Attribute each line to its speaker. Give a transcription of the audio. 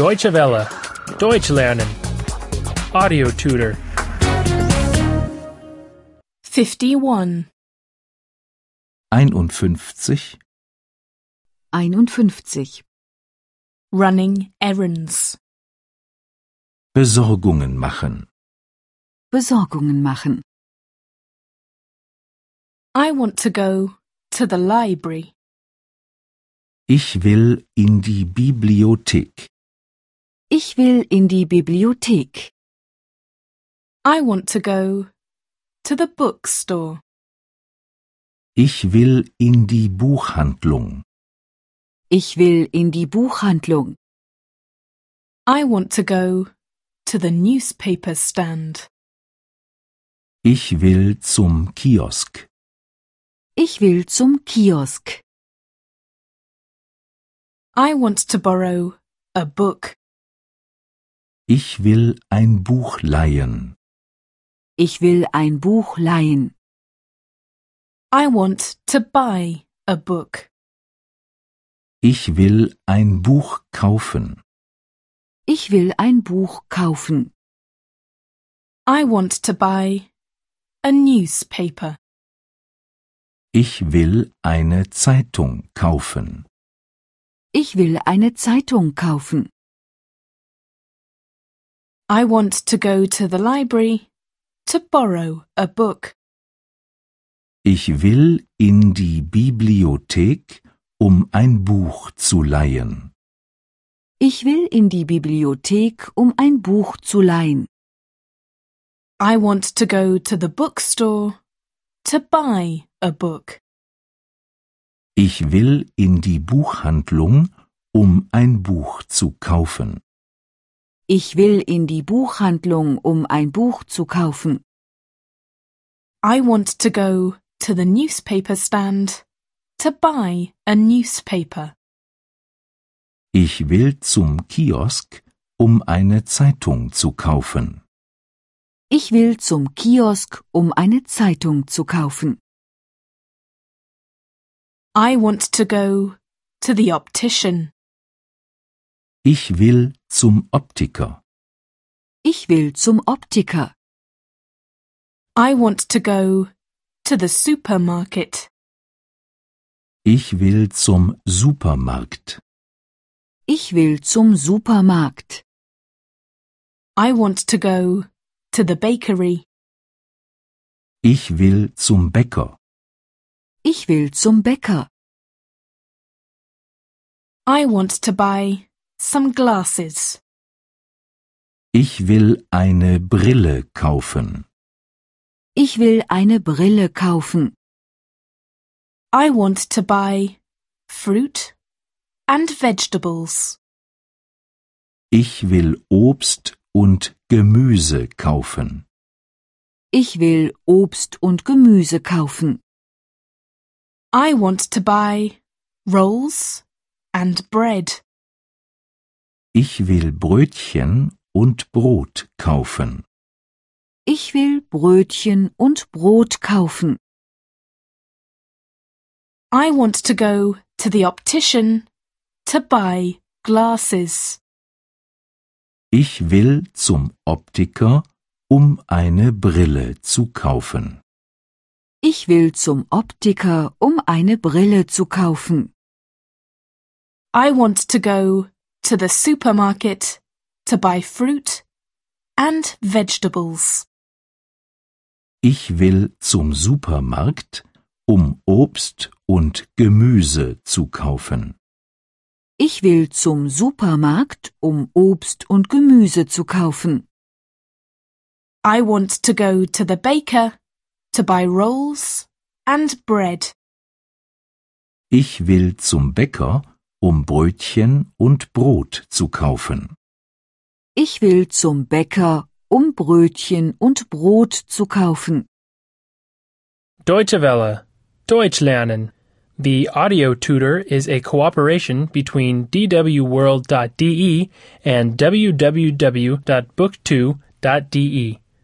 Speaker 1: Deutsche Welle. Deutsch lernen. Audio tutor.
Speaker 2: 51.
Speaker 3: 51
Speaker 4: 51.
Speaker 2: Running errands.
Speaker 3: Besorgungen machen.
Speaker 4: Besorgungen machen.
Speaker 2: I want to go to the library.
Speaker 3: Ich will in die Bibliothek.
Speaker 4: Ich will in die Bibliothek.
Speaker 2: I want to go to the bookstore.
Speaker 3: Ich will in die Buchhandlung.
Speaker 4: Ich will in die Buchhandlung.
Speaker 2: I want to go to the newspaper stand.
Speaker 3: Ich will zum Kiosk.
Speaker 4: Ich will zum Kiosk.
Speaker 2: I want to borrow a book.
Speaker 3: Ich will ein Buch leihen.
Speaker 4: Ich will ein Buch leihen.
Speaker 2: I want to buy a book.
Speaker 3: Ich will ein Buch kaufen.
Speaker 4: Ich will ein Buch kaufen.
Speaker 2: I want to buy a newspaper.
Speaker 3: Ich will eine Zeitung kaufen.
Speaker 4: Ich will eine Zeitung kaufen.
Speaker 2: I want to go to the library to borrow a book.
Speaker 3: Ich will in die Bibliothek, um ein Buch zu leihen.
Speaker 4: Ich will in die Bibliothek, um ein Buch zu leihen.
Speaker 2: I want to go to the bookstore to buy a book.
Speaker 3: Ich will in die Buchhandlung, um ein Buch zu kaufen.
Speaker 4: Ich will in die Buchhandlung, um ein Buch zu kaufen.
Speaker 2: I want to go to the newspaper stand to buy a newspaper.
Speaker 3: Ich will zum Kiosk, um eine Zeitung zu kaufen.
Speaker 4: Ich will zum Kiosk, um eine Zeitung zu kaufen.
Speaker 2: I want to go to the optician.
Speaker 3: Ich will zum Optiker.
Speaker 4: Ich will zum Optiker.
Speaker 2: I want to go to the supermarket.
Speaker 3: Ich will zum Supermarkt.
Speaker 4: Ich will zum Supermarkt.
Speaker 2: I want to go to the bakery.
Speaker 3: Ich will zum Bäcker.
Speaker 4: Ich will zum Bäcker.
Speaker 2: I want to buy some glasses.
Speaker 3: Ich will eine Brille kaufen.
Speaker 4: Ich will eine Brille kaufen.
Speaker 2: I want to buy fruit and vegetables.
Speaker 3: Ich will Obst und Gemüse kaufen.
Speaker 4: Ich will Obst und Gemüse kaufen.
Speaker 2: I want to buy rolls and bread.
Speaker 3: Ich will Brötchen und Brot kaufen.
Speaker 4: Ich will Brötchen und Brot kaufen.
Speaker 2: I want to go to the optician to buy glasses.
Speaker 3: Ich will zum Optiker, um eine Brille zu kaufen.
Speaker 4: Ich will zum Optiker, um eine Brille zu kaufen.
Speaker 2: I want to go to the supermarket to buy fruit and vegetables.
Speaker 3: Ich will zum Supermarkt, um Obst und Gemüse zu kaufen.
Speaker 4: Ich will zum Supermarkt, um Obst und Gemüse zu kaufen.
Speaker 2: I want to go to the baker to buy rolls and bread.
Speaker 3: Ich will zum Bäcker, um Brötchen und Brot zu kaufen.
Speaker 4: Ich will zum Bäcker, um Brötchen und Brot zu kaufen.
Speaker 1: Deutsche Welle. Deutsch lernen. The audio tutor is a cooperation between E dwworld.de and www.book2.de.